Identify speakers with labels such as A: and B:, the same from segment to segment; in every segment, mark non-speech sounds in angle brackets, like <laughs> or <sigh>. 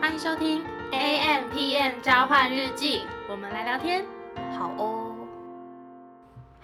A: 欢迎收听 A M P M 交换日记，我们来聊天。
B: 好哦，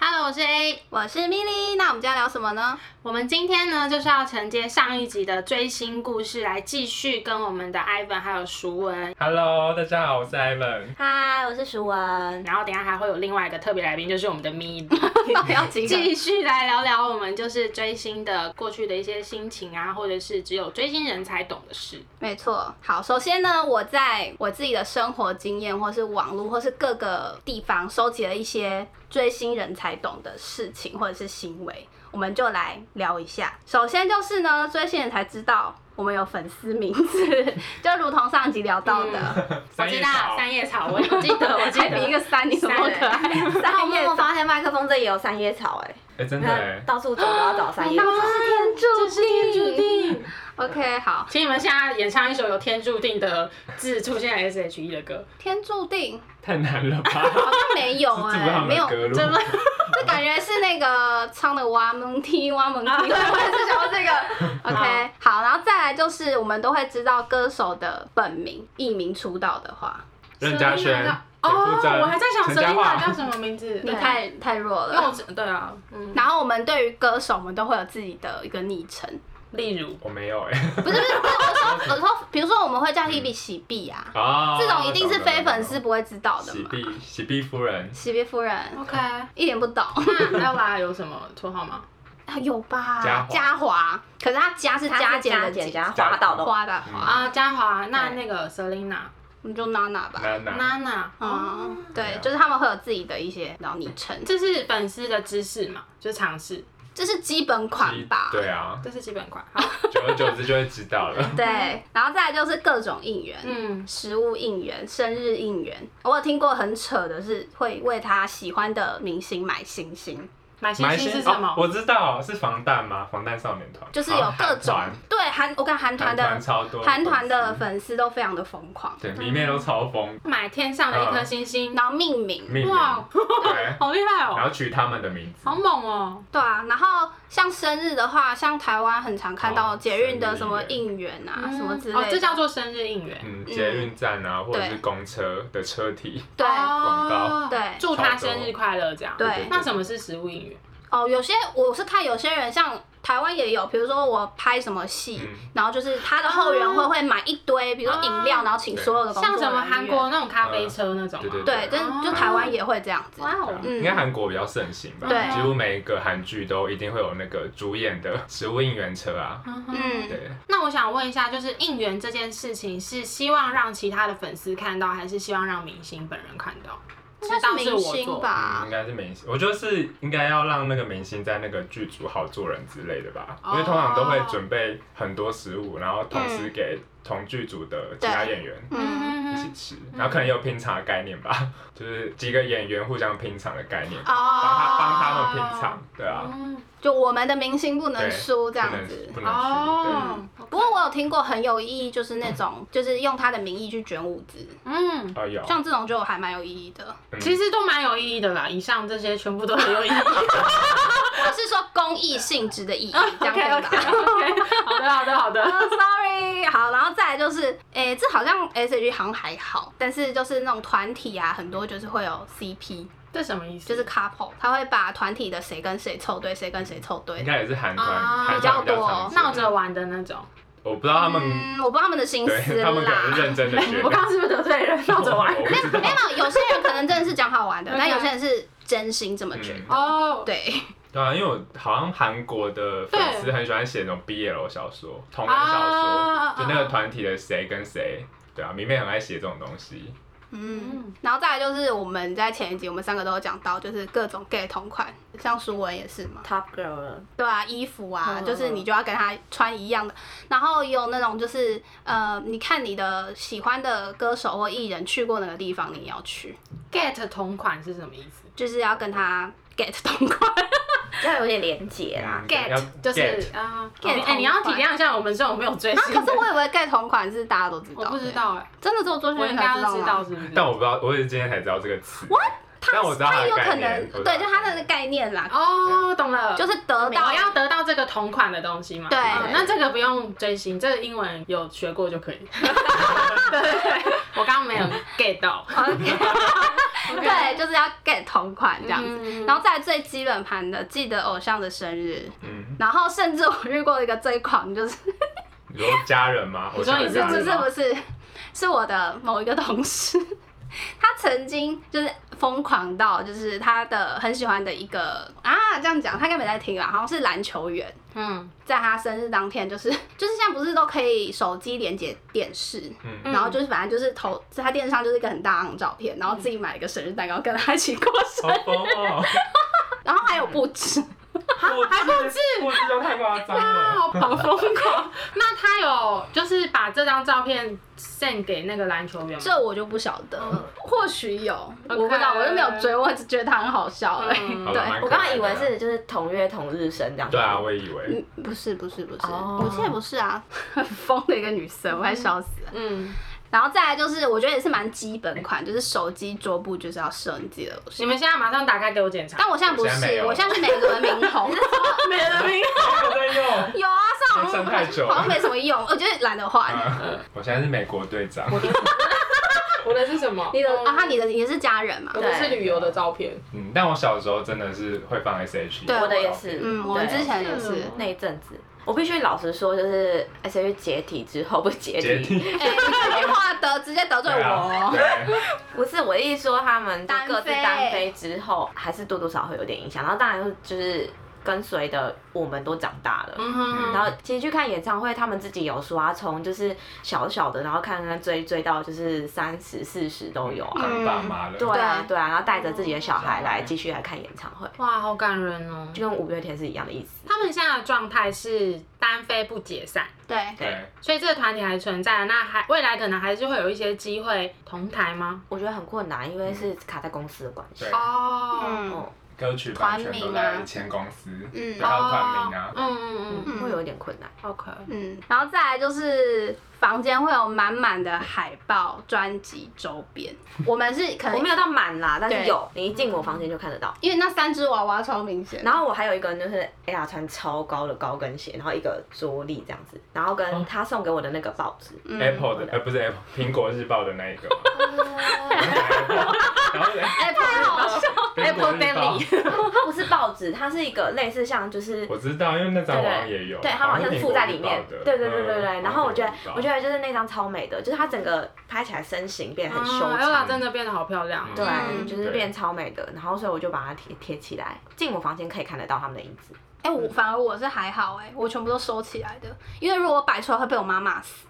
A: Hello，我是 A。
B: 我是 Milly，那我们今天聊什么呢？
A: 我们今天呢，就是要承接上一集的追星故事，来继续跟我们的 Ivan 还有熟文，
C: Hello，大家好，我是 Ivan。
B: 嗨，我是舒 <laughs> 文。
A: 然后等一下还会有另外一个特别来宾，就是我们的咪咪。
B: 不要紧张
A: 继续来聊聊我们就是追星的过去的一些心情啊，或者是只有追星人才懂的事。
B: 没错，好，首先呢，我在我自己的生活经验，或是网络，或是各个地方，收集了一些追星人才懂的事情或者是行为，我们就来聊一下。首先就是呢，追星人才知道我们有粉丝名字， <laughs> 就如同上集聊到的，
A: 我
C: 三
A: 知
C: 叶
A: 道
C: 草，
A: 三叶草，我记得，我记
B: 还比一
A: 得。
B: 个三，你怎么那么 <laughs> 可爱？
D: 然后
B: 三
D: 默
B: 叶
D: 默
B: 草，
D: 发现麦克风这里有三叶草、欸，
C: 哎，真
D: 哎，
C: 的哎，
D: 到处走都要找三叶草。
A: 这是天注定。
B: OK，好，
A: 请你们现在演唱一首有“天注定”的字出现 S H E 的歌，
B: 天
C: <laughs>
B: 注定
C: 太难了吧？
B: <laughs> 好像没有
C: 是
B: 哎、
C: 他们
B: 没有
C: 的歌路，
A: 真的
B: 这感觉是那个唱的哇蒙踢哇蒙踢，
A: 啊
B: 我也
A: 对
B: 是想要这 <laughs> 个。OK，好，然后再来就是我们都会知道歌手的本名、艺名出道的话，
C: 任嘉萱
A: Selina 的
C: 田馥甄
A: 哦，我还在想
C: 陈
A: s e
C: 嘉
A: l
C: 桦
A: 叫什么名字？
B: 你
A: 因
B: 太太弱
A: 为我
B: 了。
A: 只对啊，嗯，
B: 然后我们对于歌手，我们都会有自己的一个昵称，
A: 例如
C: <laughs> 我没有哎。
B: 不是不是，不是我说我说，比如说我们会叫 Hebe 喜碧啊，
C: 啊，
B: 这种一定是非粉丝不会知道的
C: 喜
B: 嘛。
C: 碧喜碧夫人，
B: 喜碧夫人
A: OK，
B: 一点不懂，
A: 那 Ella 有什么绰号吗？
B: 啊 <laughs> 有
C: 嘉
B: 吧
C: 华？
B: 嘉华，可是他嘉是
D: 它
B: 加
D: 是
B: 减
D: 加
B: 的
D: 减
B: 减，
D: 加滑倒的，
B: 花的
C: 嗯
B: 花，
A: 啊，嘉华，那
D: 对
A: 那个 Selina、
B: 我们就娜娜吧。
C: 娜娜，
A: Nana，
B: 哦，
C: 对
B: 对
C: 啊，
B: 就是他们会有自己的一些然后昵称，这
A: 这是粉丝的知识嘛，就是尝试，
B: 这是基本款吧？
C: 对啊，
A: 这是基本款。好，
C: 久而久之就会知道
B: <laughs>
C: 了。
B: 对，然后再来就是各种应援，
A: 嗯，
B: 食物应援、生日应援。我有听过很扯的是，会为他喜欢的明星买星星，
A: 买星星是
C: 先
A: 什么？
C: 哦我知道是防弹吗？防弹少年团，
B: 就是有各种
C: 韩
B: 对韩，我看韩
C: 团
B: 团的
C: 超多，
B: 韩团的，粉丝都非常的疯狂，
C: 对，迷妹都超疯，
A: 买天上的一颗星星，
B: 然后命名，
C: 命名，
A: 哇，
C: 对，
A: 好厉害
C: 嗯然
A: 哦，
C: 后取他们的名字
A: 好，猛哦。
B: 对啊，然后像生日的话，像台湾很常看到
C: 哦
B: 捷运
C: 生
B: 的
C: 日
B: 什么
C: 应
B: 应援啊，什么之
A: 哦，这
B: 类的，
A: 叫做生日应援。
C: 嗯，捷运站啊，或者
B: 对
C: 是公车的车体，
B: 对
C: 广告
B: 对
A: 祝他
C: 超多
A: 生日快乐这样。
B: 对
A: 那什么是食物应援？
B: 哦，有些我是看有些人像台湾也有，比如说我拍什么戏，
C: 嗯
B: 然后就是他
A: 哦
B: 的后援会会买一堆，比如说饮料，然后请所有的工作
A: 像什么
B: 人员
A: 韩国那种咖啡车那种吗？哦
C: 对对
B: 对，但就台湾也会这样子。
A: 哇哦，
B: 嗯
C: 啊应该韩国比较盛行吧？
B: 对
C: 几乎每一个韩剧都一定会有那个主演的食物应援车啊。
A: 嗯。
B: 嗯，
C: 对，
A: 那我想问一下，就是应援这件事情，是希望让其他的粉丝看到，还是希望让明星本人看到？
B: 应该
A: 知道是
B: 是明
A: 我
B: 星
A: 做，
C: 嗯
B: 吧
C: 应？该是明星，我觉得是应该要让那个明星在那个剧组好做人之类的吧，
A: 哦
C: 因为通常都会准备很多食物，然后同时给同剧组的其他演员。
B: 嗯，
C: 一
A: 嗯
C: 起吃，然后可能有拼场的概念吧， <laughs> 就是几个演员互相拼场的概
B: 哦
C: 念，帮他帮他们拼场，对啊，
A: 嗯
B: 就我们的明星不能
C: 对
B: 输哦这样
C: 不能
B: 子。
C: 不能输，
A: 哦，
B: 不过我有听过很有意义，就是那种就是用他的名义去卷舞资，
A: 嗯，
C: 对，哦有，
B: 像这种就还蛮有意义的。
C: 嗯
A: 其实都蛮有意义的啦。以上这些全部都很有
B: <laughs>
A: 意义。
B: 我是说公益性质的意义，这样
A: OK
B: 对
A: OK
B: 吧？
A: OK，好的好的好
B: <laughs>
A: 的。
B: Oh, Sorry，好，然后再来就是，诶、这好像 S H E 好像还好，但是就是那种团体啊，很多就是会有 C P，
A: 这什么意思？
B: 就是 couple，他会把团体的谁跟谁凑对，谁跟谁凑
C: 应
B: 对。
C: 该也是韩
A: 啊
C: 团韩
B: 比较
C: 团比较
B: 多哦
C: 常见
A: 闹着玩的那种。
C: 我不知道他们，
B: 嗯，我不知道他们的心思
C: <laughs> 对他们可能是
B: 啦。
C: 认真的 <laughs> 学。
A: 我刚刚是不是得罪人？闹着玩。
C: <laughs> 我不知道
B: 没。有，有些人可能真的是讲好玩的
A: ，OK
B: 但有些人是真心这么觉
C: 嗯
B: 得。
A: 哦，
B: 对，
C: 对啊，因为我好像韩国的粉丝很喜欢写那种 BL 小说、同人小
A: 啊
C: 说，就那个团体的谁跟谁。对啊，明妹很爱写这种东西。
B: 嗯，然后再来就是我们在前一集我们三个都有讲到，就是各种 gay 同款，像舒文也是嘛。
D: Top Girl 了，
B: 对啊，衣服啊，
A: 嗯
B: 就是你就要跟他穿一样的。然后也有那种就是呃，你看你的喜欢的歌手或艺人去过哪个地方，你也要去，
A: get 同款是什么意思？
B: 就是要跟他 get 同款。
D: 要有点连结啦。
C: 嗯要
A: get 就是
C: 啊 get
A: 啊
B: get
A: 哎、你要体谅一下我们这种没有追
B: 啊，
A: 星的。
B: <laughs>
A: 哦
B: 可是我以为 get 同款是大家都知道，
A: 我
B: 欸
A: 不知，道哎、
B: 真的只有周
A: 我
B: 杰伦
A: 应
B: 才
A: 该
B: 知
A: 要
B: 道啊
A: 知
B: 吗
A: 道？是不是？
C: 但我不知道，我也是今天才知道这个词。但我知道
B: 他
C: 的
B: 有
C: 概
B: 可
C: 念
B: 能，
C: 我知道
B: 对，就他的概念啦，
A: 哦，懂了，
B: 就是是得到
A: 我要得到这个同款的东西嘛。
B: 对
A: 哦那这个不用追星，这个英文有学过就可 <laughs> 以。对对对，我刚刚没有 get 到。
B: <laughs> 对，就是要 get 同款这样子。
A: 嗯
B: 然后再来最基本盘的，记得偶像的生日。
C: 嗯，
B: 然后甚至我遇过一个最狂，就是
C: <laughs> 你说家人吗？我
A: 你说
C: 想
A: 你
C: 一
A: 是
C: 下
B: 不
A: 自
B: 是不是，是我的某一个同事， <laughs> 他曾经就是疯狂到，就是他的很喜欢的一个啊，这样讲他应该没在听啦，好像是篮球员，
A: 嗯，
B: 在他生日当天，就是 <laughs> 就是现在不是都可以手机连接电视，
C: 嗯，
A: 嗯
B: 然后就是反正就是投在他电视上就是一个很大张的照片，然后自己买了一个生日蛋糕跟他一起过生
C: 好
B: 日，
C: 疯哦！
B: 然后还有布置，
C: <laughs> 还不至，我这就太夸张
A: 哇，
C: 了。
A: 好疯狂！那他有就是把这张照片献给那个篮球员吗？
B: 这我就不晓得，或许有，我
A: OK
B: 不知道，我就没有追，我只觉得他很好笑欸而已。
A: 嗯
C: 好
B: 对
C: 吧，蛮
D: 我
C: 可
D: 刚
C: 爱
D: 刚
C: 的啊
D: 以为是就是同月同日生这样子。
C: 对啊，我也以为。
B: 嗯，不是不是不是，
D: 哦
B: 我记得不是啊， <laughs> 很疯的一个女生，我快笑死了。
A: 嗯，
B: 然后再来就是，我觉得也是蛮基本款，就是手机桌布就是要设你自己的游戏
A: 你。们现在马上打开给我检查。
B: 但我现在不
C: 我现在没
B: 是，
C: 有
B: 我现在是美轮明宏。
A: <laughs> 没人听。
C: <laughs> 我在用。
B: 有啊，上好像
C: 生太久了
B: 好像没什么用，我觉得懒得换。啊，
C: 嗯我现在是美国队长，
A: 我的是什么？哦
D: 你的
B: 啊他你的也是家人嘛
A: 我？的是旅游的照片。
C: 嗯，但我小时候真的是会放 S H E，
B: 对
D: 我的也是，
B: 嗯，我们
D: 对
B: 之前也是。
D: 那一阵子，我必须老实说，就是 S H 解体之后不是解
C: 解
D: 体，
C: 体。
B: 哎，这句话得直接得罪
C: 对
D: 嗯
B: 我
C: 啊，
B: 哦。
C: 对，
D: 不是我一说他们就各自
B: 单飞
D: 单飞之后，还是多多少少会有点影响。然后当然就是跟随的我们都长大了。
A: 嗯哼，
D: 然后其实去看演唱会，他们自己有说啊，从就是小小的，然后看看追追到就是三十四十都有啊。
C: 当嗯爸妈了。
D: 对啊，
B: 对
D: 对啊，然后带着自己的小孩来继续来看演唱会，
A: 哇，好感人哦。
D: 就跟五月天是一样的意思。
A: 他们现在的状态是单飞不解散，
B: 对，
C: 对，
D: 啊
A: 所以这个团体还存在。那还未来可能还是会有一些机会同台吗？
D: 我觉得很困难，因为是卡在公司的关系。
C: 对
A: 哦，
B: 嗯
D: 哦，
C: 歌曲版权都在签公司，
B: 嗯
C: 然后团
A: 哦
C: 名啊，
A: 嗯嗯嗯
D: 嗯，会有一点困难。
A: ，OK。
B: 嗯，然后再来就是房间会有满满的海报、专辑周边。我们是可
D: 我
B: 能
D: 没有到满啦，但是
B: 对
D: 有，你一进我房间就看得到。
B: 因为那三只娃娃超明显，
D: 然后我还有一个人就是哎呀，穿超高的高跟鞋，然后一个桌立这样子，然后跟他送给我的那个报纸，
B: 嗯
C: Apple 的，呃，不是 Apple，苹果日报的那一个嘛。
D: 哦
C: <laughs> 然后
B: Apple 好笑，
C: Apple Daily，
D: 它不是报纸，它是一个类似像就是
C: 我知道，因为那张网也有，
D: 对，它好像是附在里面。对对对对对
C: 嗯
D: 对。然后我觉得，我觉
C: 得
D: 得就是那张超美的，就是它整个拍起来身形变得很修
A: 啊
D: 长。
A: ，Ella 真的变得好漂亮哦。
D: 对
B: 嗯，
D: 就是变超美的，然后所以我就把它贴贴起来，进我房间可以看得到他们的影子。
B: 哎、我反而我是还好哎、我全部都收起来的，因为如果我摆出来会被我妈骂死，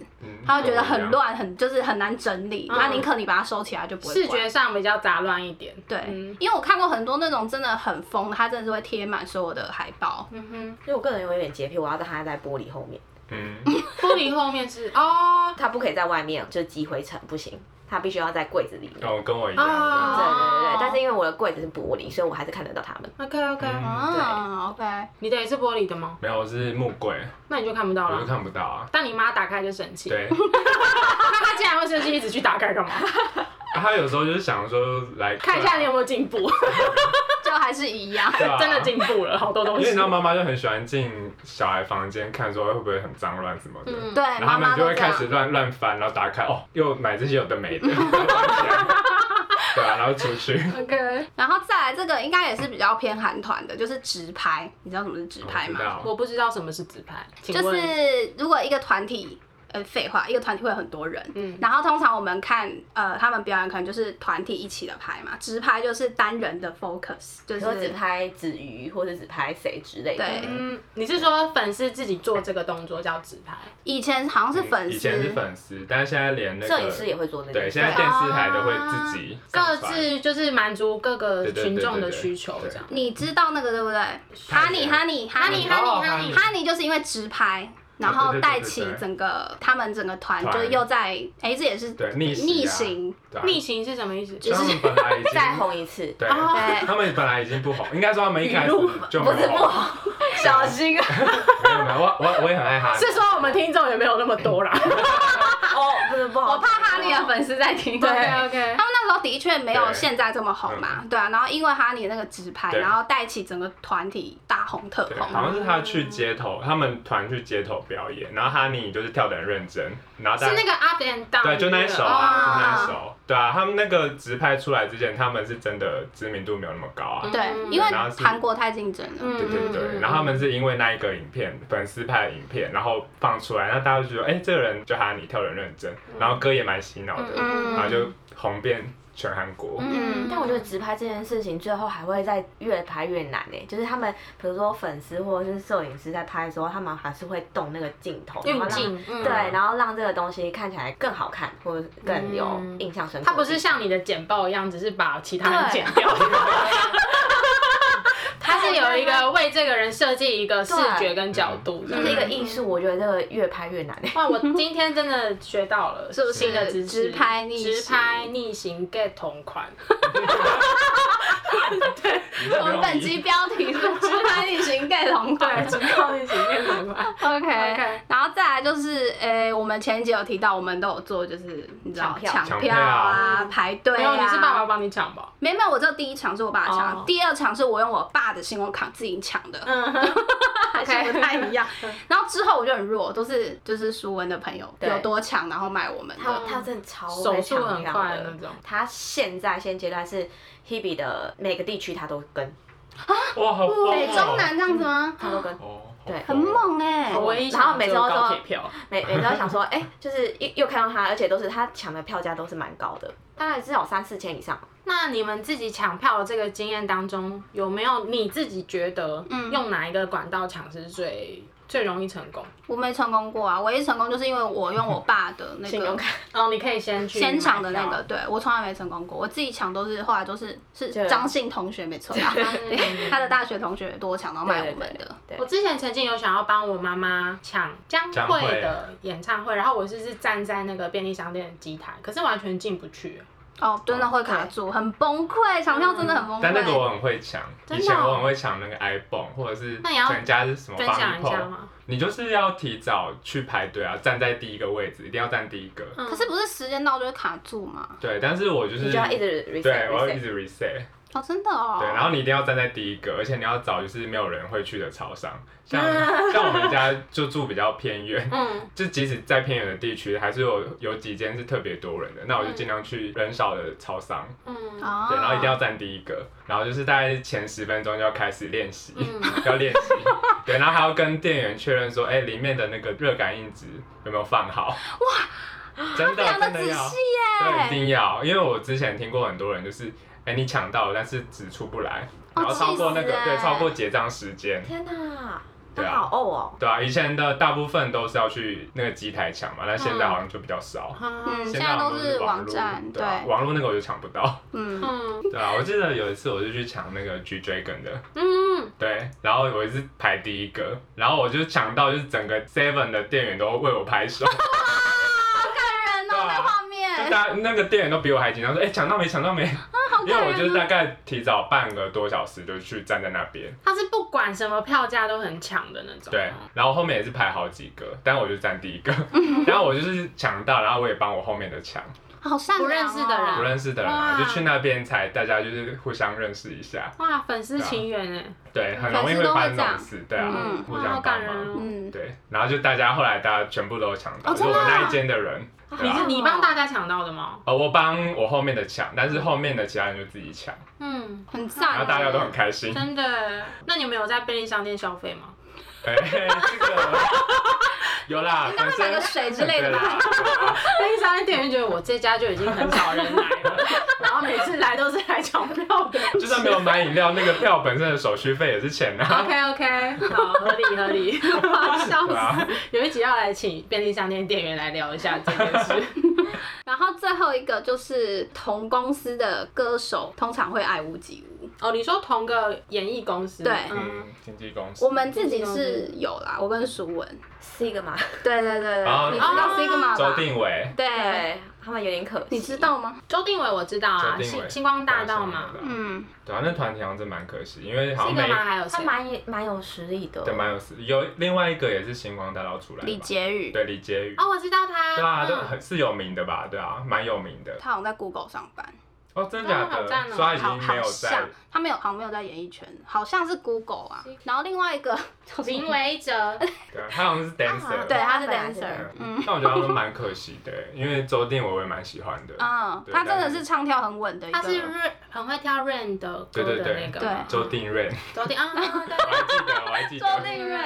B: 她会觉得很。乱，很就是很难整理。
A: 嗯
B: 那、宁可你把它收起来，就不会
A: 视
B: 怪
A: 觉上比较杂乱一点。
B: 对、
A: 嗯
B: 因为我看过很多那种真的很疯的，它真的是会贴满所有的海报。
A: 嗯哼，
D: 因为我个人有点洁癖，我要让它在玻璃后面，
C: 嗯，
A: 玻璃后面是哦，
D: 它不可以在外面就积灰尘，不行，它必须要在柜子里面。
C: 哦，跟我一
D: 对
C: 样。
D: 对对
A: 哦
D: 对，但是因为我的柜子是玻璃，所以我还是看得到他们。
A: OK OK，、
C: 嗯
B: 啊 o k
A: 你的也是玻璃的吗？
C: 没有，是木柜，
A: 那你就看不到
C: 我就
A: 了。
C: 看不到啊。
A: 但你妈打开就生气，
C: 对，啊
A: 那她竟然会生气，一直去打开干嘛？
C: 他有时候就是想说啊来
A: 看一下你有没有进步，
B: 就还是一
C: <laughs>
B: 样。
A: <laughs> 真的进步了好多东
C: 啊因为
A: 西
C: 你知。道妈妈就很喜欢进小孩房间看，说会不会很脏乱什么的。
A: 嗯
B: 对，
C: 然后
B: 妈
C: 他
B: 妈
C: 们就
B: 都
C: 会
B: 这
C: 开
B: 样。
C: 始乱乱翻，然后打开哦，又买这些有的没的，然后放起来对啊，然后出去。
A: OK，
B: 然后再来这个应该也是比较偏韩团的，就是直拍。你知道什么是直拍吗？
C: 哦我
A: 我不知道什么是直拍，请
B: 就
A: 问
B: 是如果一个团体，呃，废话，一个团体会有很多人，
A: 嗯
B: 然后通常我们看，呃，他们表演可能就是团体一起的拍嘛，直拍就是单人的 focus，
D: 比
B: 就
D: 如说只
B: 是
D: 拍子瑜，或者只拍谁之类的。
B: 对
A: 嗯，你是说粉丝自己做这个动作叫直拍？
B: 以前好像是粉丝，
C: 以前是粉丝，但是现在连那
D: 摄影师
C: 个
D: 也会做这
C: 对，
D: 件
C: 现
D: 事。
C: 在电视台都会自己
A: 啊各
C: 上传
A: 自就是满足各个
C: 对对对
A: 群众的
C: 对对
A: 需求，
C: 对
A: 这样。
B: 你知道那个对不对
C: 太
B: ？Honey
C: 远
B: Honey
A: 你
B: Honey
A: 哈
B: Honey
A: 你
C: 哦
A: 哈你
B: Honey 就是因为直拍。然
C: 对
B: 后
C: 对对
B: 带
C: 对
B: 起
C: 对对
B: 整个他们整个团，
C: 团
B: 就是又在哎，这也是
C: 对逆袭啊
B: 逆行，
C: 对啊
A: 逆行是什么意思？
C: 他们本来已经
D: 再红一次，
C: 对，
A: 哦
C: 他们本来已经不红，应该说他们一开始就
D: 不
C: 没
D: 是
C: 有
D: 不
C: 红，
D: 好，小心啊！
C: 没有没有，我我我也很爱哈尼，
A: 是说我们听众也没有那么多啦。
D: 哦，不是的不好。
B: 我怕哈尼的粉丝在
A: <laughs>
B: 听。
D: 对
A: OK OK，
B: 他们那时候的确没有
C: 对嗯
B: 现在这么红嘛，对啊，然后因为哈尼那个直拍，
C: 对
B: 然后带起整个团体大红特
C: 对，好
B: 红。
C: 像是他去街头，他们团去街头表演，然后哈尼就是跳得很认真，然后大
A: 是
C: 家
A: 那个 Up and Down，
C: 对，就那一首
A: 哦
C: 啊，就那
B: 哦
C: 一首，对啊，他们那个直拍出来之前，他们是真的知名度没有那么高啊，
B: 对
A: 嗯，
B: 因为
C: 然后是
B: 韩国太竞争了。
A: 嗯
C: 对对对，
A: 嗯
C: 然后他们是因为那一个影片，粉丝拍的影片，然后放出来，那大家就觉得，哎，这个人就哈尼跳得很认真，然后歌也蛮洗脑的，
B: 嗯
C: 然后就红遍全韩国，
B: 嗯
D: 但我觉得直拍这件事情最后还会再越拍越难诶、就是他们比如说粉丝或者是摄影师在拍的时候，他们还是会动那个镜头，然
A: 运
D: 后让
A: 镜，嗯
D: 对，然后让这个东西看起来更好看，或者更有
A: 嗯
D: 印象深刻。
A: 它不是像你的简报一样，只是把其他人
D: 对
A: 剪 <laughs> 掉。它是有一个为这个人设计一个视觉跟角度的，
D: 就是一个艺术，我觉得这个越拍越难欸诶、
A: 哇，我今天真的学到了，
B: 是不是
A: 新的知识
B: 直拍逆行
A: 直拍逆行 get 同 <laughs> 款，
C: 你这
B: 我
C: 不
B: 们
C: 用
B: 本
C: 理
B: 集标题是“直拍逆行 gay 同款”。
A: 拍逆行 get 同款。
B: OK，然后再来就是，诶、我们前一集有提到，我们都有做，就是你知道
D: 抢票
C: 抢
B: 票
C: 票
B: 啊、
A: 嗯
B: 排
A: <laughs>
B: 队
A: 没
B: 啊。
A: 有，你是爸爸帮你抢吧？
B: 没有没有，我这第一场是我爸抢的
A: 哦
B: 第二场是我用我爸的信用卡自己抢的， <laughs>
A: 嗯，
B: 还是不太一样。然后之后我就很弱，都是就是舒文的朋友
D: 对
B: 有多抢，然后买我们的。
D: 他他真的超
A: 嗯手
D: 会
A: 速很
D: 抢票
A: 快
D: 的
A: 那种。
D: 他现在现阶段是 Hebe 的每个地区他都跟，
C: 哇，好疯哦
B: 北中南这样子吗？
D: 他都跟。
C: 哦，好
D: 对
B: 很
C: 疯哦，
B: 猛哎、
A: 我唯一想
D: 然后每次都
A: 只有高
D: 说
A: 铁票，
D: 每每次都想说，哎、就是又又看到他，而且都是他抢的票价都是蛮高的，大概至少三四千以上。
A: 那你们自己抢票的这个经验当中，有没有你自己觉得
B: 嗯
A: 用哪一个管道抢是最最容易成功？
B: 我没成功过啊，唯一成功就是因为我用我爸的那
D: 信用
B: 个
D: 卡
A: 哦，你可以先去
B: 先抢的
A: 买
B: 那
A: 票
B: 个，，对我从来没成功过，我自己抢都是后来都是是
D: 对啊
B: 张姓同学没
D: <laughs>
B: 错啦，对他的大学同学多抢，然后买
D: 对
B: 我们的。
D: 对
A: 我之前曾经有想要帮我妈妈抢江
C: 江
A: 蕙
C: 蕙
A: 的演唱会，然后我就是站在那个便利商店的机台，可是完全进不去。
B: 哦，真的会卡住，很崩溃，抢票真的很崩
C: 嗯但那个
B: 溃。
C: 我很会抢，
A: 哦真
C: 以
A: 的哦
C: 前我很会抢那个 iPhone，或者是
A: 那你要
C: 人家是什么
A: 分
C: 放
A: 享一下
C: iPhone，
A: 吗？
C: 你就是要提早去排队啊，站在第一个位置，一定要站第一个。
A: 嗯
B: 可是不是时间到就会卡住嘛？
C: 对，但是我就是
D: 你就要一直 reset
C: 对，我要一
D: reset。
C: 直 reset，
B: 哦，真的哦。
C: 对，然后你一定要站在第一个，而且你要找就是没有人会去的超商，
A: <laughs>
C: 像像我们家就住比较偏远。
A: 嗯，
C: 就即使在偏远的地区，还是有有几间是特别多人的，那我就尽量去人少的超商，
A: 嗯
B: 哦，
C: 对，然后一定要站第一个，然后就是大概前十分钟就要开始练习，
A: 嗯
C: <laughs> 要练习，对，然后还要跟店员确认说，哎、里面的那个热感应值有没有放好？哇，真的
B: 讲的
C: 真
B: 仔
C: 的要
B: 细，
C: 对，一
B: 耶。
C: 定要，因为我之前听过很多人就是，哎、你抢到了，但是只出不来，
B: 哦
C: 然后超过那个、
B: 气死欸
C: 对，超过结账时间，
D: 天哪，
C: 对
D: 那
C: 啊
D: 好哦哦。
C: 对啊，以前的大部分都是要去那个机台抢嘛，但现在好像就比较少。
A: 嗯
B: 嗯，现在
C: 好
B: 都
C: 像
B: 是网
C: 络
B: 站，
C: 对
B: 对，
C: 啊，网络那个我就抢不到。
B: 嗯，
A: 嗯
C: 对啊，我记得有一次我就去抢那个 G Dragon 的，
A: 嗯，
C: 对，然后我是排第一个，然后我就抢到，就是整个 Seven 的店员都为我拍手，就
B: 好感人哦，
C: 对啊
B: 那画面，
C: 大家那个店员都比我还紧张，说哎抢到没抢到没，
B: 好
C: 因为我
B: 感
C: 就是
B: 人
C: 大
B: 哦。
C: 概提早半个多小时就去站在那边，
A: 他是不管什么票价都很抢的那种。
C: 对，然后后面也是排好几个，但我就站第一个，然后我就是抢到，然后我也帮我后面的抢，
B: 好善
A: 不
B: 良哦
A: 认识的人
C: 不认识的人啊，
A: 哇
C: 就去那边才大家就是互相认识一下，
A: 哇，粉丝
C: 啊
A: 情缘哎，
C: 对，很容易会发生这种事，对啊，
B: 嗯
C: 互
A: 哇，好
C: 相
A: 感
C: 帮
A: 人
C: 忙，
A: 哦。
B: 嗯，
C: 对，然后就大家后来大家全部都有抢到，
B: 哦
C: 就是
B: 真的
C: 我
B: 啊
C: 那一间的人，对
A: 你
C: 啊
A: 是你帮大家抢到的吗？
C: 呃，我帮我后面的抢，但是后面的其他人就自己抢，
A: 嗯，
B: 很
C: 然后
B: 赞。
C: 大家都很开心。
A: 真的。那你们有在便利商店消费吗？
C: 哎、这个 <laughs> 有
B: <laughs>
C: 啦，反
B: 买个
C: 正
B: 水之类的
C: <laughs>
B: 吧。
A: <laughs> 便利商店店员觉得我这家就已经很少人来 <laughs> 了，然后每次来都是来抢票的。
C: 就算没有买饮料，那个票本身的手续费也是钱啊。
A: OK OK，好，合理合 <laughs> 理，笑
C: <laughs> 对啊
A: 死！有一集要来请便利商店店员来聊一下这件 <laughs> 事。
B: 然后最后一个就是同公司的歌手通常会爱屋及乌，
A: 哦，你说同个演艺公司？
B: 对
A: 嗯
C: 嗯，经纪公司。
B: 我们自己是有啦，我跟舒文，
D: 是一个嘛？
B: <laughs> 对对对对，啊
C: 哦
B: 你知道 Sigma
C: 周
B: 吧？
C: 定伟，
B: 对，
D: 对，他们有点可惜。
B: 你知？道吗？
A: 周定伟我知道啊，
C: 周定
A: 星
C: 伟
A: 星光大道嘛，
C: 嗯，
B: 嗯，
C: 对啊，那团体好像真蛮可惜，因为好
A: 这
C: 像
A: 个
C: 每
A: 吗？还有
D: 他
A: 谁？
D: 蛮蛮有实力的。
C: 对蛮有实有另外一个也是星光大道出来的吧，
B: 李杰宇，
C: 对李杰宇，
A: 哦，我知道他。
C: 对啊，
A: 嗯
C: 都很是有名的吧？对啊，蛮有名的。
B: 他好像在 Google 上班，
C: 哦，真假
A: 哦好
C: 的？
A: 赞哦
C: 所以他已
B: 好
C: 经没
B: 好
C: 有在
B: 像他没有，好像没有在演艺圈，好像是 Google 啊。然后另外一个叫什么
A: 林维哲，
C: 对啊，他好像是 dancer。
B: 对，他是
D: 他本来是
B: dancer，嗯
C: 但我觉得他们蛮可惜的，因为周定伟我也蛮喜欢的。
B: 嗯，
C: 对
B: 他真的
C: 但
B: 是唱跳很稳的一
A: 他是
B: 个，
A: Rain 很会跳 Rain 的歌
C: 对对
A: 的
C: 对
A: 那个嗯
B: 对
A: 嘛。
C: 周定瑞，
A: 周定啊，对 <laughs>
C: 我还记得，我还
B: <laughs>
C: 记
B: 周
C: 得。
B: 定瑞，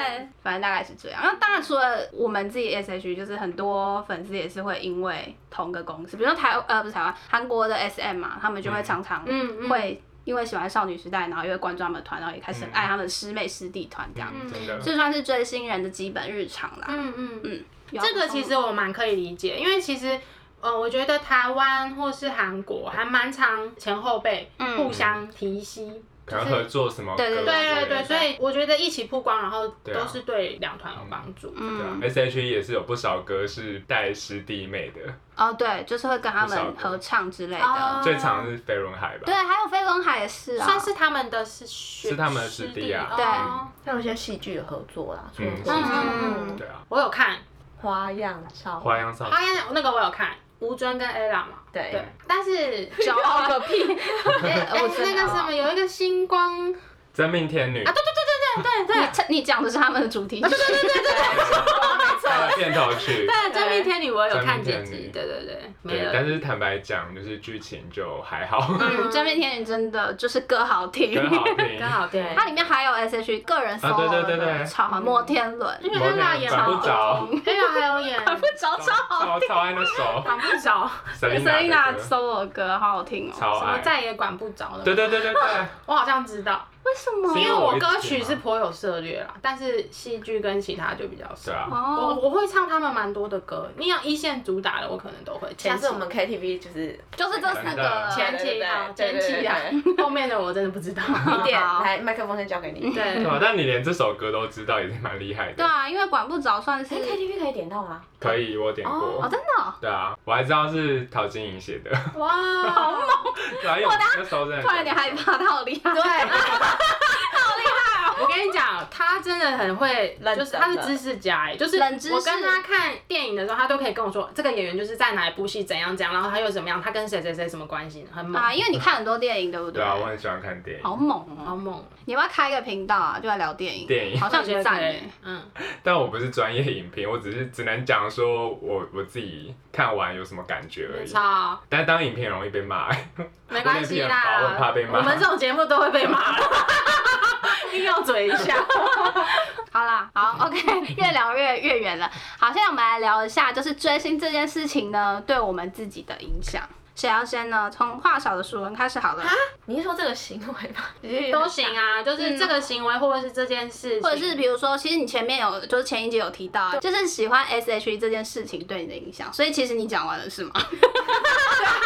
B: 反正大概是这样。那当然除了我们自己 S H，就是 E，很多粉丝也是会因为同个公司，比如说台呃不是台湾，韩国的 S M 嘛，他们就会常常
A: 嗯嗯，
B: 会因为喜欢少女时代，然后因为关注他们的团，然后也开始很爱他们师妹师弟团这样，
C: 嗯真的，
B: 这算是追星人的基本日常啦。
A: 嗯嗯嗯，
B: 有啊
A: 这个其实我蛮可以理解，因为其实。呃，我觉得台湾或是韩国还蛮常前后辈
B: 嗯
A: 互相提携，
C: 可能合作什么歌之类的？
A: 对
B: 对
A: 对对，所以我觉得一起曝光，然后
C: 对啊
A: 都是对两团有帮助。
C: 对啊
B: 嗯，
C: ，S.H.E 也是有不少歌是带师弟妹的，
B: 哦对，就是会跟他
C: 不少
B: 们
C: 歌
B: 合唱之类
A: 哦
B: 的。
C: 最常是飞轮海吧？
B: 对，还有飞轮海也是啊，
A: 算
B: <laughs>
A: 是他们的是学
C: 是他们的师弟啊
A: 师弟
B: 对
A: 哦
D: 还有一些戏剧的合作啦，除了
C: 嗯
D: 这个
B: 嗯
C: 对啊，
A: 我有看，
D: 花样少
C: 花样少
A: 花样那个我有看，吴尊跟 ella 嘛，
D: 对
A: 对，但是
B: 骄傲个屁！
A: 哎哎
B: 吴尊
A: 那个
B: 骄傲
A: 什么有一个星光啊，
C: 真命天女，
A: 对对对对对对
B: 你这 <laughs> 你讲的是他们的主题曲，
C: 她的片头曲。
A: 对，真命天女我有看剪
C: 真
A: 辑，
C: 命天女
A: 对对对，没
C: 对，
A: 了
C: 但。是坦白讲，就是剧情就还好，
B: 嗯，真命天女真的就是歌好
C: <laughs>
B: 听，
C: 很好听。
A: 刚好
D: 对
B: <laughs> 它里面还有 S H 个人 solo
C: 啊对对对嗯
B: 的
C: 对
B: 超好，摩天轮，
C: <laughs>
B: <laughs>
A: 因为
C: 摩天
A: ella 也
C: 管
A: 好
C: 不着，
A: ella 还有演
B: 不着
C: <laughs> 超超超爱那首
B: <laughs>
A: 管不着，
C: Selina 的
B: Selina
C: 歌
B: solo 歌好好听哦，
C: 超
A: 什么
C: 爱。
A: 再也管不着了。
C: 对对对对对，
A: 我好像知道，
B: 为什么？
A: 因为
C: 我
A: 我
C: 一直
A: 歌曲
C: 听啊
A: 是颇有涉猎啦，但是戏剧跟其他就比较少
C: 对。啊，
B: <laughs>
A: 我
B: 哦，
A: 我会唱他们蛮多的歌，你要一线主打的我可能都会。
D: 下
A: 前期
D: 次我们 KTV 就是
B: 就是这四个
A: 前期啊，
D: 对
A: 前
D: 对对
A: 期啊 <laughs>
D: 对，
A: 后面的我真的不知道。
D: <laughs> 一点，
B: 好
D: 来麦克风先交给你。
C: 对
A: <laughs> 对，
C: 啊，但你连这首歌都知道，也是蛮厉害
B: 对
C: 的。
B: 啊，因为管不着算是
D: 哎，KTV 可以点到吗？
C: 可以，我点
B: 哦，
C: 过。
B: 真的哦，
C: 对啊，我还知道是陶晶莹写的，
B: <laughs>
A: 哇，好猛！
C: 对啊，因为我那时候真的
B: 突然有点害怕，他好厉
C: <laughs>
B: 害，
A: 对， <laughs> 好厉害！哦我跟你讲，他真的很会，
D: 认真
A: 就是他是知识家哎，就是
B: 冷知识
A: 我跟他看电影的时候，他都可以跟我说这个演员就是在哪一部戏怎样怎样，然后他又怎么样，他跟谁谁谁什么关系，很猛，
B: 啊，因为你看很多电影，对不
C: 对
B: 对？
C: 啊，我很喜欢看电
B: 好
C: 影，
B: 猛
A: 好
B: 哦！
A: 猛，
B: 你要不要开一个频道啊？就来聊电影，
C: 电影
B: 好像很赞
A: 我
B: 欸
A: 觉得可以
B: 耶。
A: 嗯，
C: 但我不是专业影评，我只是只能讲说我我自己看完有什么感觉而
A: 没
C: 已。
A: 错，
C: 但当影评容易被骂， <laughs>
A: 没关系啦，
C: 我很怕被骂
A: 我们这种节目都会被骂 <laughs> 的，硬要嘴一下。
B: 好啦，好 <laughs> ，OK，越聊越越远了。好，现在我们来聊一下，就是追星这件事情呢，对我们自己的影响。谁要先呢？从话少的熟人开始好了，
D: 你是说这个行为吧？
A: <laughs> 都行啊，就是这个行为或者是这件事情，
B: 或者是比如说，其实你前面有，就是前一集有提到啊，就是喜欢 S.H.E 这件事情对你的影响，所以其实你讲完了是吗？
D: <laughs>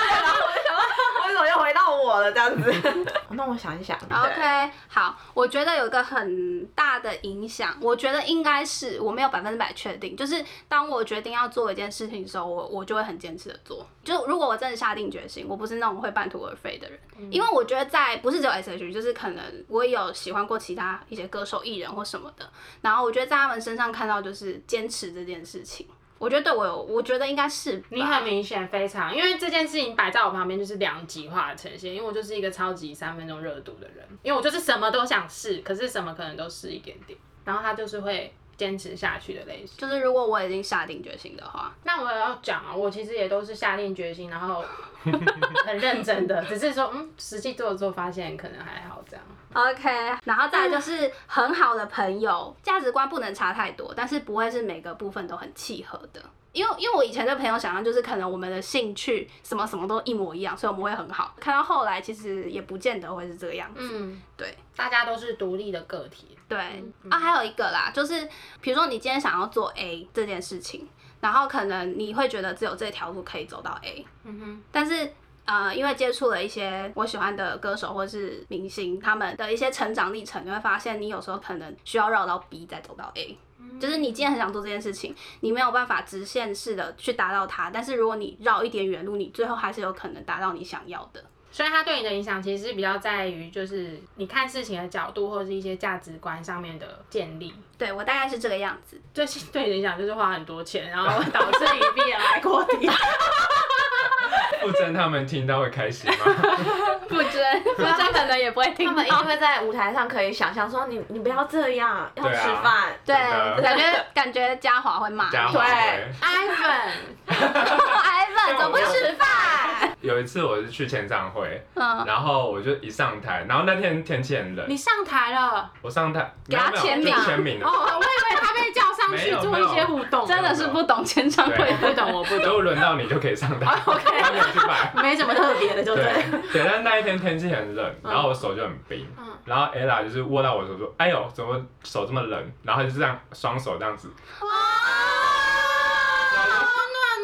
D: 为什么又回到我了这样子？ <laughs> 那我想一想。对
B: OK，好，我觉得有一个很大的影响，我觉得应该是我没有百分之百确定，就是当我决定要做一件事情的时候，我我就会很坚持的做。就如果我真的下定决心，我不是那种会半途而废的人，
A: 嗯
B: 因为我觉得在不是只有 S.H.E，就是可能我也有喜欢过其他一些歌手、艺人或什么的，然后我觉得在他们身上看到就是坚持这件事情，我觉得对我有，我觉得应该是吧
A: 你很明显非常，因为这件事情摆在我旁边就是两极化的呈现，因为我就是一个超级三分钟热度的人，因为我就是什么都想试，可是什么可能都试一点点，然后他就是会坚持下去的类型。
B: 就是如果我已经下定决心的话，
A: 那我也要讲啊，我其实也都是下定决心，然后很认真的，只是说嗯，实际做了之后发现可能还好这样。
B: OK，然后再来就是很好的朋友，价值观不能差太多，但是不会是每个部分都很契合的。因为因为我以前对朋友想象就是可能我们的兴趣什么什么都一模一样，所以我们会很好。看到后来其实也不见得会是这个样子。
A: 嗯，
B: 对，
A: 大家都是独立的个体。
B: 对啊，还有一个啦，就是比如说你今天想要做 A 这件事情，然后可能你会觉得只有这条路可以走到 A，
A: 嗯哼，
B: 但是呃，因为接触了一些我喜欢的歌手或是明星，他们的一些成长历程，你会发现你有时候可能需要绕到 B 再走到 A，就是
A: 嗯
B: 你今天很想做这件事情，你没有办法直线式的去达到它，但是如果你绕一点远路，你最后还是有可能达到你想要的。
A: 所以它对你的影响其实比较在于，就是你看事情的角度或者是一些价值观上面的建 <laughs> 立。
B: 对我大概是这个样子。
A: 最近对你的影响就是花很多钱，然后导致你毕业来过底。
C: 不真他们听到会开心
B: <laughs>
C: 吗？
B: 不真，不真可能也不会 <laughs> 听
D: 他们一
B: 到
D: 定。会在舞台上可以想象说你你不要这样，要
C: 对
D: 吃
C: 啊
D: 饭。
B: 对，
C: 真的
B: 感觉感觉嘉华会
C: <laughs>
B: 骂
C: 嘉
B: 你，
C: 华
D: 对
A: <laughs>
C: 会。
A: Ivan，
B: 哎们怎么不吃饭？
C: 有一次我是去签唱会，
B: 嗯，
C: 然后我就一上台，然后那天天气很冷
A: 你，上台了
C: 我上台
B: 给他
C: 没有
B: 签
C: 没有
B: 名
C: 就签名的
A: 哦，，我以为他被叫上去
C: 没有
A: 做一些互动，
B: 真的是不懂签唱会
C: 对
A: 不懂，我不
C: 如
A: 懂。，
C: 果轮到你就可以上台
A: OK，
C: 没有去买。
A: 没什么特别的，就
C: 对
A: 对。
C: 对，但那一天天气很冷，
A: 嗯
C: 然后我手就很冰，
A: 嗯
C: 然后 Ella 就是握到我的手说：“哎呦，怎么手这么冷？”然后她就是这样双手这样子，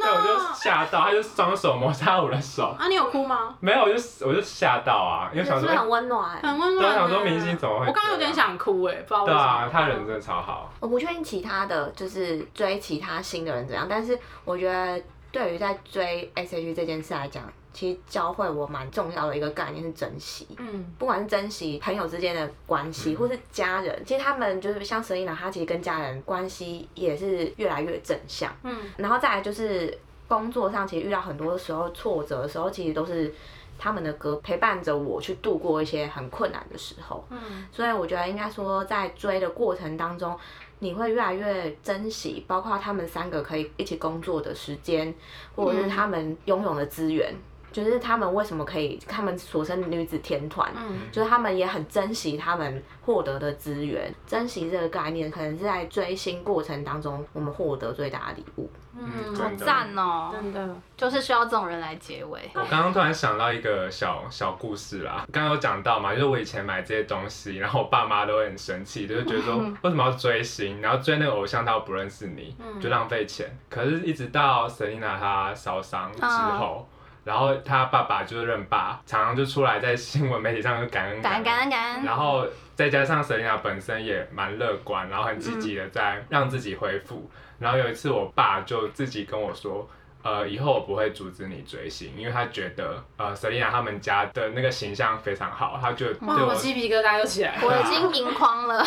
C: 对，我就吓到，她就双手摩擦我的手，
A: 哦啊，你有哭吗？
C: 没有，我就我就吓到啊，因为
D: 是不
C: 想说，
D: 是
C: 哎
D: 很温暖？
A: 很温
C: 对
A: 暖、
C: 啊
A: 啊。
C: 想说明星怎么会
A: 我刚刚有
C: 这样
A: 点想哭哎、不知道为
C: 对
A: 什么。
C: 啊，他人真的超好，
D: 我不确定其他的就是追其他新的人怎样，但是我觉得对于在追 S H 这件事来讲，其实教会我蛮重要的一个概念是珍惜。
A: 嗯，
D: 不管是珍惜朋友之间的关系，或是家人，其实他们就是像 s e l i n a 她其实跟家人关系也是越来越正向。
A: 嗯
D: 然后再来就是工作上，其实遇到很多时候挫折的时候，其实都是他们的歌陪伴着我去度过一些很困难的时候。
A: 嗯
D: 所以我觉得应该说，在追的过程当中，你会越来越珍惜，包括他们三个可以一起工作的时间，或
A: 嗯
D: 者是他们拥有的资源，就是他们为什么可以，他们所称女子天团，
A: 嗯
D: 就是他们也很珍惜他们获得的资源，珍惜这个概念，可能是在追星过程当中我们获得最大的礼物。
A: 嗯，
B: 好
C: 真的
B: 赞哦，
A: 真的。
B: 就是需要这种人来结尾。
C: 我刚刚突然想到一个小小故事啦，刚刚有讲到嘛，就是我以前买这些东西，然后我爸妈都会很生气，就是觉得
B: <laughs>
C: 说为什么要追星，然后追那个偶像他又不认识你，
B: 嗯
C: 就浪费钱。可是，一直到 Selina 她烧伤之
B: 嗯
C: 后。然后她爸爸就是认爸，常常就出来在新闻媒体上就感恩
B: 感恩感恩感恩，
C: 然后再加上 Selina 本身也蛮乐观，然后很积极的在让自己恢复。然后有一次，我爸就自己跟我说。呃，以后我不会阻止你追星，因为他觉得呃，Selina 他们家的那个形象非常好，他就对
A: 哇，我
C: 我，
A: 鸡皮疙瘩又起来了。
B: 我已经盈
C: <laughs>
B: 眶了。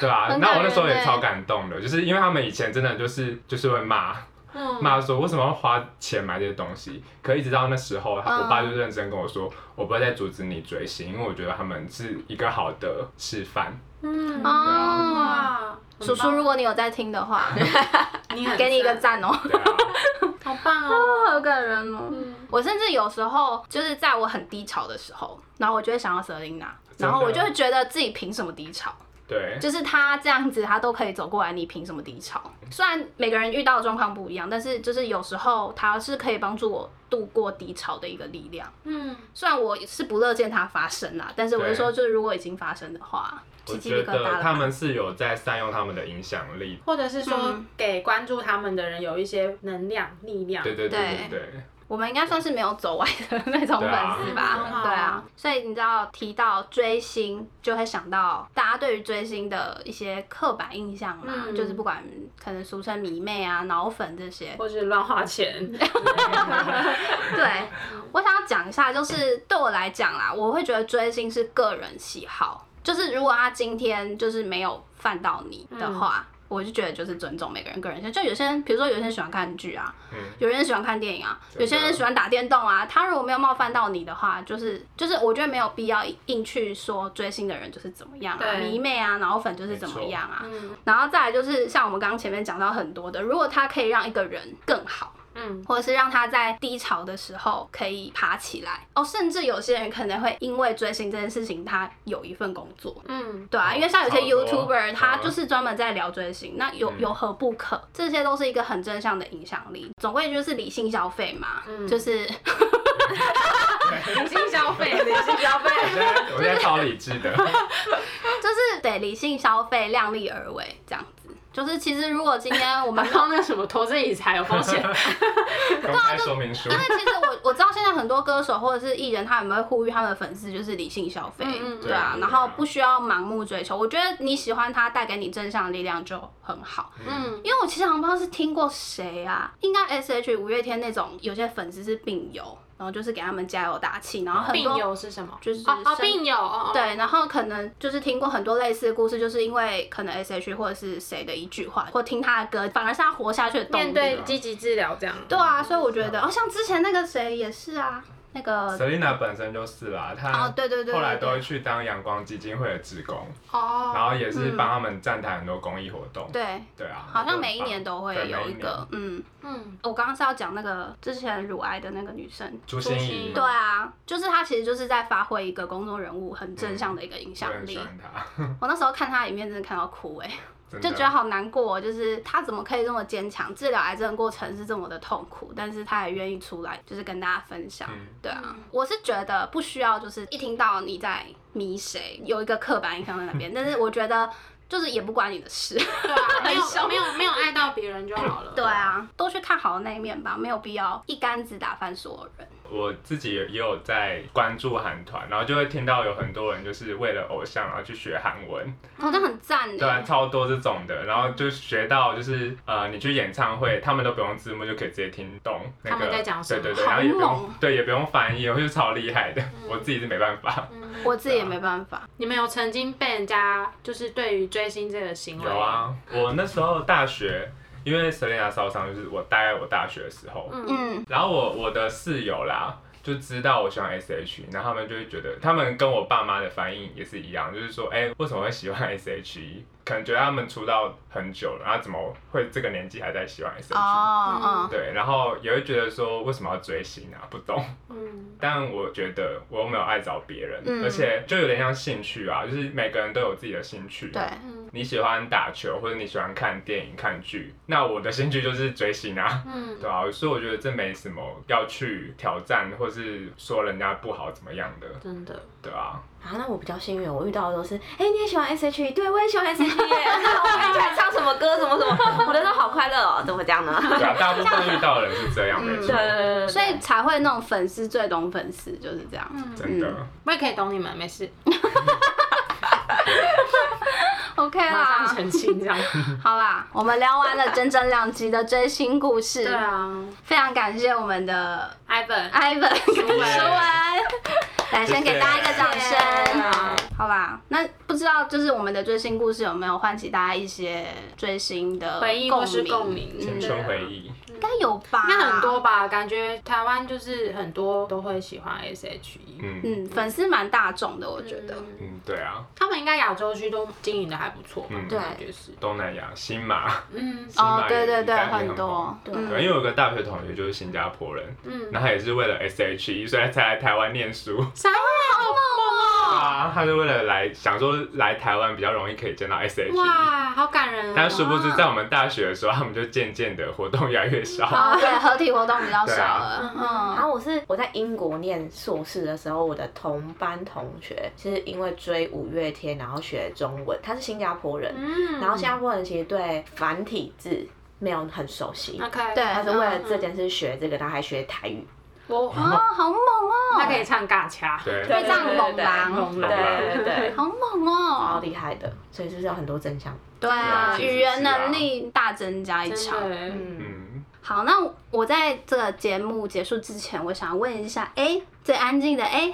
C: 对啊
B: 很，
C: 那
B: 感
C: 我那时候
B: 人
C: 也
B: 欸
C: 超感动的，就是因为他们以前真的就是就是会骂
A: 嗯
C: 骂说为什么要花钱买这些东西，可一直到那时候，
B: 嗯
C: 我爸就认真跟我说，我不会再阻止你追星，因为我觉得他们是一个好的示范，
A: 嗯
C: 啊
B: 哦，
A: 哇，
B: 叔叔，如果你有在听的话，
C: <laughs>
A: 你很
B: 给你一个
A: 赞，
B: 赞哦。
C: 对啊。
A: 好棒哦。
B: 好感人哦！我甚至有时候就是在我很低潮的时候，然后我就会想到 Selina，
C: 真的
B: 然后我就会觉得自己凭什么
C: <laughs>
B: 低潮？
C: 对，
B: 就是她这样子，她都可以走过来，你凭什么低潮？虽然每个人遇到的状况不一样，但是就是有时候她是可以帮助我度过低潮的一个力量。
A: 嗯，
B: 虽然我是不乐见它发生啦，但是我是说，就是如果已经发生的话，
C: 我
B: 起鸡皮
C: 觉
B: 疙瘩
C: 得
B: 了
C: 他
B: 吧。
C: 们是有在善用他们的影响力。
A: 或者是说
B: 嗯
A: 给关注他们的人有一些能量、力量。
C: 对对
B: 对
C: 对对对，
B: 我们应该算是没有走歪的那种粉丝吧？
A: 对啊
B: 对啊，所以你知道提到追星，就会想到大家对于追星的一些刻板印象嘛，
A: 嗯
B: 就是不管可能俗称迷妹啊、脑粉
A: <laughs>
B: 这些。
A: 或是乱花钱，
B: 对，我想要讲一下，就是对我来讲啦，我会觉得追星是个人喜好，就是如果他今天就是没有犯到你的话。我就觉得就是尊重每个人个人性，就有些人，比如说有些人喜欢看剧啊，
C: 嗯
B: 有些人喜欢看电影啊，
C: 真的
B: 有些人喜欢打电动啊。他如果没有冒犯到你的话，就是就是我觉得没有必要硬去说追星的人就是怎么样啊，
A: 对
B: 迷妹啊，脑粉就是怎么
C: 没错
B: 样啊。
A: 嗯
B: 然后再来就是像我们刚刚前面讲到很多的，如果他可以让一个人更好，
A: 嗯，
B: 或者是让他在低潮的时候可以爬起来哦，甚至有些人可能会因为追星这件事情，他有一份工作。 <laughs>
A: 嗯，
B: 对啊，因为像有些
C: 差不多
B: YouTuber，他
C: 嗯
B: 就是专门在聊追星，那有
C: 嗯
B: 有何不可？这些都是一个很正向的影响力。总归就是理性消费嘛，
A: 嗯
B: 就是 <laughs>
A: 理性消费，
B: 哎
A: 理性消
D: <laughs>
A: 费，
C: 我现在
B: 啊
C: 我现在超理智的，
B: 就是得理性消费，量力而为这样子。就是其实如果今天我
A: 我
B: 们
A: 们 <laughs> 刚那个什么投资理财有风
B: <laughs>
A: 险，
C: 公开说明书
B: 因为其实我我知道现在很多歌手或者是艺人，他们会呼吁他们的粉丝就是理性消费，
A: 嗯嗯
B: 对啊，
C: 对
B: 然后不需要盲目追求。我觉得你喜欢他带给你正向力量就很好。
A: 嗯，
B: 因为我其实好像不知道是听过谁啊，应该 S H 五月天那种，有些粉丝是病友，然后就是给他们加油打气，然后很
A: 病
B: 多
A: 友是什么？
B: 就是
A: 哦哦，
B: 生
A: 病友哦，哦，
B: 对，然后可能就是听过很多类似的故事，就是因为可能 S H 或者是谁的一句话，或听他的歌，反而是他活下去的动
A: 面
B: 力。
A: 对积极治疗这样。
B: 对啊，所以我觉得，哦，像之前那个谁也是啊，那个
C: Selina 本身就是啦，她
B: 哦，对对对对
C: 后来都会
B: 对
C: 去当阳光基金会的职工，然
A: 哦，
C: 后也是
B: 嗯
C: 帮他们站台很多公益活动。
B: 对，
C: 对啊，
B: 好像
C: 就
B: 每一
C: 很
B: 年
C: 棒
B: 都会
C: 对
B: 有
C: 每
B: 一
C: 一
B: 个
C: 年，
B: 嗯，
A: 嗯，
B: 我刚刚是要讲那个之前乳癌的那个女生。
C: 朱
A: 朱
C: 心
A: 心
C: 怡
A: 怡
B: 对，啊，就是她其实就是在发挥一个公众人物很正向的一个影
C: 我
B: 响
C: 很
B: 力
C: 喜。欢她，
B: 我那时候看她影片，真的看到哭哎、
C: 真
B: 就
C: 的
B: 觉得好难过、哦，就是他怎么可以这么坚强？治疗癌症的过程是这么的痛苦，但是他也愿意出来，就是跟大家分享。
C: 嗯
B: 对啊，我是觉得不需要，就是一听到你在迷谁，有一个刻板印象在那
C: <laughs>
B: 边，但是我觉得就是也不关你的事。
A: 对啊，
B: <laughs>
A: 没有没有没有爱到别人就好了。
B: 对啊，都去看好的那一面吧，没有必要一竿子打翻所有人。
C: 我自己也有在关注韩团，然后就会听到有很多人就是为了偶像然后去学韩文，
B: 哦，那很
A: 嗯
B: 赞
C: 对啊，
B: 的。
C: 超多这种的，然后就学到就是呃，你去演唱会，他们都不用字幕就可以直接听懂那
A: 他
C: 个，
A: 们在讲什么哦
C: 对对对，然后也不
B: 好
C: 用
B: 猛
C: 对也不用翻译，我就超厉害的，我自己是没办法。
A: 嗯，
B: 我自己也没办法，
A: 你们有曾经被人家就是对于追星这个行为？
C: 有，啊，我那时候大学，因为 Selina 烧伤，就是我大概我大学的时候，
A: 嗯，
B: 嗯，
C: 然后我我的室友啦。就知道我喜欢 S H，然后他们就会觉得，他们跟我爸妈的反应也是一样，就是说，哎、为什么会喜欢 S H E？可能觉得他们出道很久了，然后怎么会这个年纪还在喜欢 S
A: 嗯
C: H E？
B: 哦，
C: 对，然后也会觉得说为什么要追星啊，不懂。
A: 嗯，
C: 但我觉得我又没有爱找别人，
B: 嗯
C: 而且就有点像兴趣啊，就是每个人都有自己的兴趣。
B: 嗯，对，，
A: 嗯，
C: 你喜欢打球或者你喜欢看电影、看剧，那我的兴趣就是追星啊。
A: 嗯，
C: 对啊，所以我觉得这没什么要去挑战，或是说人家不好怎么样的，
A: 真的，
C: 对啊。
D: 啊，那我比较幸运，我遇到的都是，哎、你也喜欢 S H E，对我也喜欢 S H <laughs> E，我们一起来唱什么歌，什么什么，我的都好快乐哦，怎么这样呢？ <laughs>
C: 对啊，大部分遇到的人是这
B: 嗯
C: 样，没
D: 对
C: 错
D: 对，对对，
B: 所以才会那种粉丝最懂粉丝，就是这样。
A: 嗯
C: 真的。
B: 嗯
A: 我也可以懂你们，没事，
B: OK
A: 马
B: 啦
A: 上，澄清这样。
B: <laughs> 好啦，我们聊完了整整两集的追星故事，
A: 对啊
B: 非常感谢我们的
A: ，Ivan，
B: Ivan 跟舒
A: 文 <laughs>
B: 文，来先给大家一个掌声。
A: 对啊
B: 好吧，那不知道就是我们的追星故事有没有唤起大家一些追星的
A: 回忆
B: 共
A: 或
B: 鸣？
A: 是共鸣，啊
B: 嗯
C: 青春
B: 啊
C: 回忆，
B: 应该有吧？
A: 应该很多。吧？感觉台湾就是很多都会喜欢 E S.H.E，
C: 嗯
B: 嗯，粉丝蛮大众的，我觉得。
C: 嗯，对啊，
A: 他们应该亚洲区都经营的还不错嘛，
C: 嗯
A: 我感觉是，
C: 东南亚新马。
A: 嗯
C: 新
B: 哦
C: 马，
B: 对
C: 也
B: 对
C: 一
B: 对，
C: 代也
B: 很多嗯
C: 红。
D: 对
A: 啊
C: 对，因为我有个大学同学就是新加坡人，
A: 嗯，
C: 然后他也是为了 SHE，所以才来台湾念书。
A: 啥？好猛哦！
C: 啊， <laughs> 他是为了来想说来台湾比较容易可以见到 SHE，
A: 哇，好感人哦！
C: 但殊不知在我们大学的时候，他们就渐渐的活动越来越
B: <laughs>
C: 少。
B: 哦，对，合体活动比较少了。
A: 对
D: 然
B: 嗯，
D: 后我是我在英国念硕士的时候，我的同班同学是因为追五月天，然后学中文，他是新加坡人，
A: 嗯，
D: 然后新加坡人其实对繁体字没有很熟悉，
A: OK，
B: 对
D: 他是为了这件事学这个，他还学台语，
A: 我
B: 哦，好猛哦！
A: 他可以唱尬掐，
C: 对，
D: 对
B: 被藏猛狼，
A: 懂
D: 对
A: 了。
D: 对对，
B: 好猛
D: 超
B: 哦！
D: 厉害的，所以就是有很多真相。
B: 对啊，
C: 对啊
B: 语言能力大增加一
A: 真
B: 场。
A: 的，
D: 嗯，
C: 嗯，
B: 好，那我在这个节目结束之前，我想问一下，哎，最安静的哎，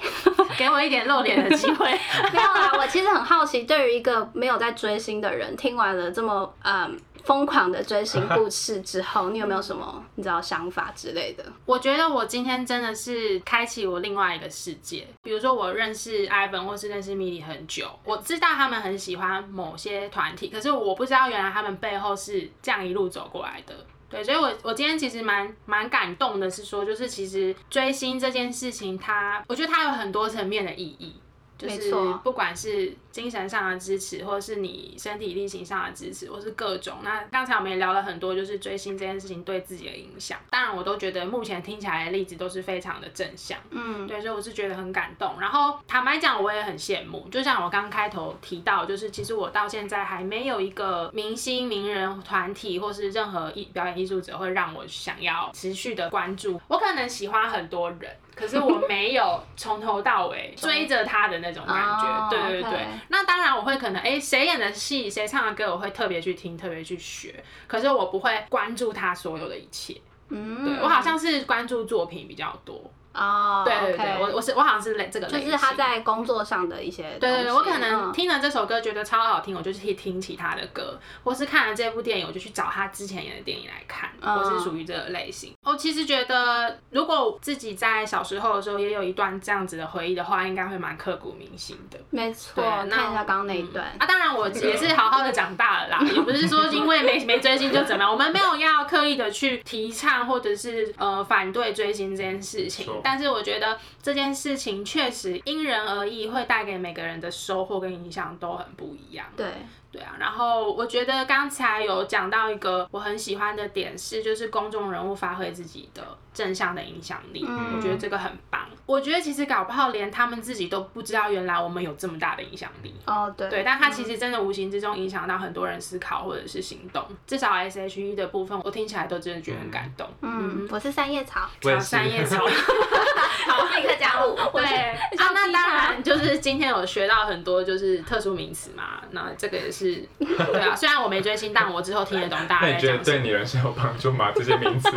A: 给我一点露脸的机会。 <laughs>
B: 没有啦，我其实很好奇，对于一个没有在追星的人，听完了这么嗯疯狂的追星故事之后，你有没有什么你知道想法之类的？
A: 我觉得我今天真的是开启我另外一个世界。比如说，我认识 Ivan 或是认识 Mili 很久，我知道他们很喜欢某些团体，可是我不知道原来他们背后是这样一路走过来的。对，所以我，我今天其实蛮蛮感动的，是说，就是其实追星这件事情它，我觉得它有很多层面的意义，就
B: 没
A: 是
B: 错
A: 不管是精神上的支持，或是你身体力行上的支持，或是各种。那刚才我们也聊了很多，就是追星这件事情对自己的影响。当然，我都觉得目前听起来的例子都是非常的正向。
B: 嗯，
A: 对，所以我是觉得很感动。然后坦白讲，我也很羡慕。就像我刚开头提到，就是其实我到现在还没有一个明星、名人、团体或是任何艺表演艺术者会让我想要持续的关注。我可能喜欢很多人，可是我没有
B: <laughs>
A: 从头到尾追着他的那种感
B: 哦
A: 觉。对对对
B: OK
A: 那当然我会可能哎，谁演的戏、谁唱的歌，我会特别去听、特别去学，可是我不会关注他所有的一切。
B: 嗯，
A: 对、我好像是关注作品比较多。
B: 哦，
A: 对对
B: OK
A: 对，我我是我好像是类这个类
B: 就
A: 型，
B: 是他在工作上的一些东西，
A: 对对对，我可能
B: 嗯
A: 听了这首歌觉得超好听，我就去听其他的歌，或是看了这部电影，我就去找他之前演的电影来看，
B: 嗯
A: 我是属于这个类型。我其实觉得，如果自己在小时候的时候也有一段这样子的回忆的话，应该会蛮刻骨铭心的。
B: 没错，
A: 对
B: 看一
A: 那
B: 下刚刚那一段，
A: 啊，当然我也是好好的长大了啦，也不是
B: <laughs>
A: 说因为没没追星就怎么样，我们没有要刻意的去提倡或者是呃反对追星这件事情
C: 没错，
A: 但是我觉得这件事情确实因人而异，会带给每个人的收获跟影响都很不一样。
B: 对，
A: 对啊，然后我觉得刚才有讲到一个我很喜欢的点是，就是公众人物发挥自己的正向的影响力，
B: 嗯
A: 我觉得这个很棒。我觉得其实搞不好连他们自己都不知道，原来我们有这么大的影响力。
B: 哦对，
A: 对，但它其实真的无形之中影响到很多人思考或者是行动。至少 S H E 的部分，我听起来都真的觉得很感动。
B: 嗯，我是三叶草，
C: 我也
A: 好
C: 是
A: 三叶
B: <laughs>
A: 草，
B: 好，立刻加入，
A: 对
B: 对，
A: 啊，那当然就是今天有学到很多就是特殊名词嘛，那这个也
B: <laughs>
A: 是对啊。虽然我没追星，但我之后听得懂大
C: 那
A: 家在
C: 你觉
A: 讲
C: 得
A: 什
C: 对
A: 么。
C: 你人生有帮助吗？这些名字？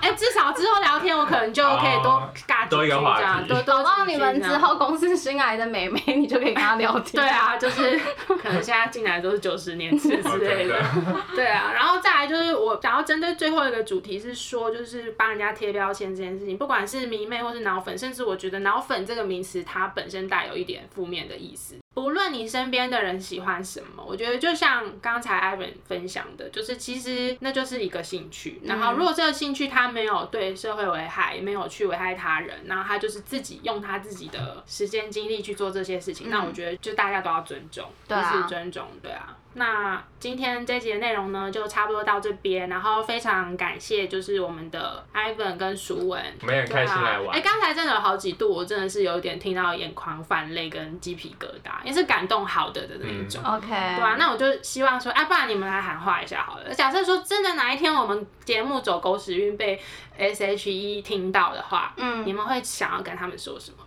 A: 哎、至少之后聊天，我可能就可以多
C: 哦
A: 尬几
C: 多一
A: 句
C: 个话
A: 这样，
C: 题
A: 多
B: 搞
A: 多
B: 不好
A: 几
B: 你
A: 句
B: 们
A: 这
B: 之
A: 样
B: 后公司新来的美眉，你就可以跟
A: <laughs>
B: 她聊天，
A: 对，啊，就是可能现在进来都是九十年次之类的
C: 哦。真的
A: 对啊，然后再来就是我想要针对最后一个主题是说，就是帮人家贴标签这件事情，不管是迷妹或是脑粉，甚至我觉得脑粉这个名词它本身带有一点负面的意思。不论你身边的人喜欢什么，我觉得就像刚才 Ivan 分享的，就是其实那就是一个兴趣。然
B: 嗯
A: 后如果这个兴趣它没有对社会危害，没有去危害他人，然后他就是自己用他自己的时间精力去做这些事情，那我觉得就大家都要尊重，
B: 嗯对啊
A: 彼此尊重，对啊。那今天这集的内容呢，就差不多到这边，然后非常感谢就是我们的 Ivan 跟熟文。
C: 我们也很开心
A: 对
C: 来
A: 啊
C: 玩
A: 哎、。刚才真的有好几度，我真的是有点听到眼眶泛泪跟鸡皮疙瘩，也是感动好的的那一种。
C: 嗯
B: ，OK，
A: 对啊，那我就希望说，哎、不然你们来喊话一下好了。假设说真的哪一天我们节目走狗屎运被 S H E 听到的话，
B: 嗯
A: 你，们会想要跟他们说什么？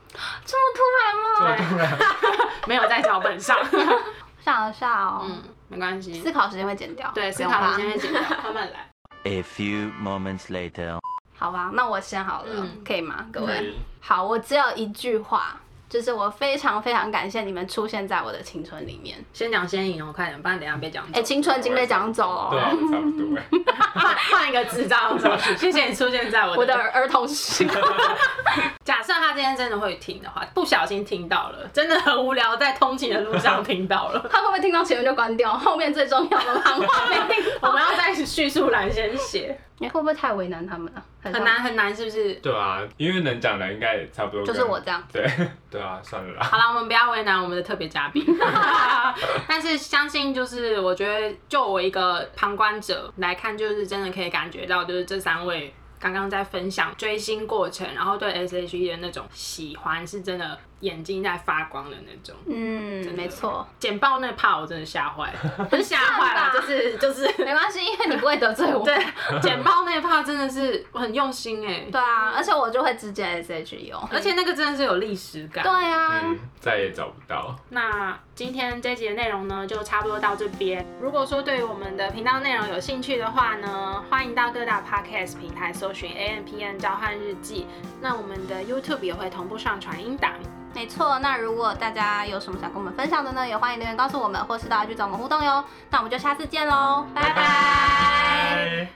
B: 这么突然吗？
C: 这么突然，
A: 没有在脚
B: <laughs>
A: 本上，
B: 想一下哦，
A: 嗯，没关系
B: 思，考时间会减掉，
A: 对，
B: 不
A: 思
B: 用
A: 考
B: 吧
A: 时间会
B: <laughs>
A: 减掉，慢慢来。
E: A few moments later.
B: 好吧，那我先好了，
A: 嗯
B: 可以吗？各
C: 可
B: 位，
C: 以
B: 好，我只有一句话，就是我非常非常感谢你们出现在我的青春里面。
A: 先讲先赢哦，快点，不然等一下被讲走。
B: 哎、青春已经被讲走了
C: 对啊，
B: 哦，
C: 差不多哎。
A: 换换一个智障走， <laughs> 谢谢你出现在我
B: 我的。儿童时光。
C: <laughs>
A: 假设他今天真的会听的话，不小心听到了，真的很无聊，在通勤的路上听到 <laughs> 了。
B: 他会不会听到前面就关掉？后面最重要的
A: <laughs>
B: 行话没听
A: 我
B: 到。
A: 们要在叙述栏先写，
B: 你会不会太为难他们了、啊很
A: 很难。很难，是不是？
C: 对啊，因为能讲的应该也差不多。
B: 就是我这样。
C: 对对啊，算了啦。
A: 好了，我们不要为难我们的特别嘉宾， <laughs> 但是相信就是我觉得，就我一个旁观者来看，就是真的可以感觉到，就是这三位刚刚在分享追星过程，然后对 S.H.E 的那种喜欢，是真的眼睛在发光的那种。
B: 嗯，
A: 真的
B: 没错，
A: 简报那怕我真的吓坏了，不是吓坏了，就是就是
B: 没关系，因为你不会得罪
A: <laughs>
B: 我。
A: 对，啊简报那怕真的是我很用心哎、
B: <laughs> 对啊，而且我就会直接 S H E 哦。
A: 而且那个真的是有历史感。
B: 对啊，
C: 嗯，再也找不到。
A: 那今天这集的内容呢，就差不多到这边。如果说对于我们的频道内容有兴趣的话呢，欢迎到各大 podcast 平台搜寻 A N P N 召唤日记。那我们的 YouTube 也会同步上传音档。
B: 没错。那如果大家有什么想跟我们分享的呢，也欢迎留言告诉我们，或是到去找我们互动哟。那我们就下次见喽，拜拜
C: 拜。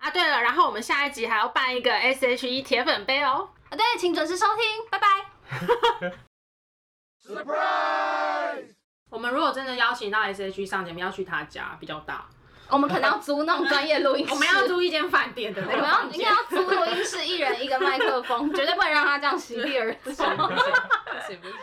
A: 啊，对了，然后我们下一集还要办一个 S H E 铁粉杯哦。
B: 啊，对，请准时收听，拜拜。
A: 我们如果真的邀请到 S H E 上节目，要去他家比较 <laughs> 大，
B: 我们可能要租那种专业录音室，
A: 我们要，租一间饭店的
B: 我
A: 那
B: 们
A: 个
B: 要
A: 房
B: 应
A: 间
B: 该。要租
A: <laughs>
B: 录音室，一人一个麦克风，绝对不能让他这样席地而坐。
A: 不行不行不行。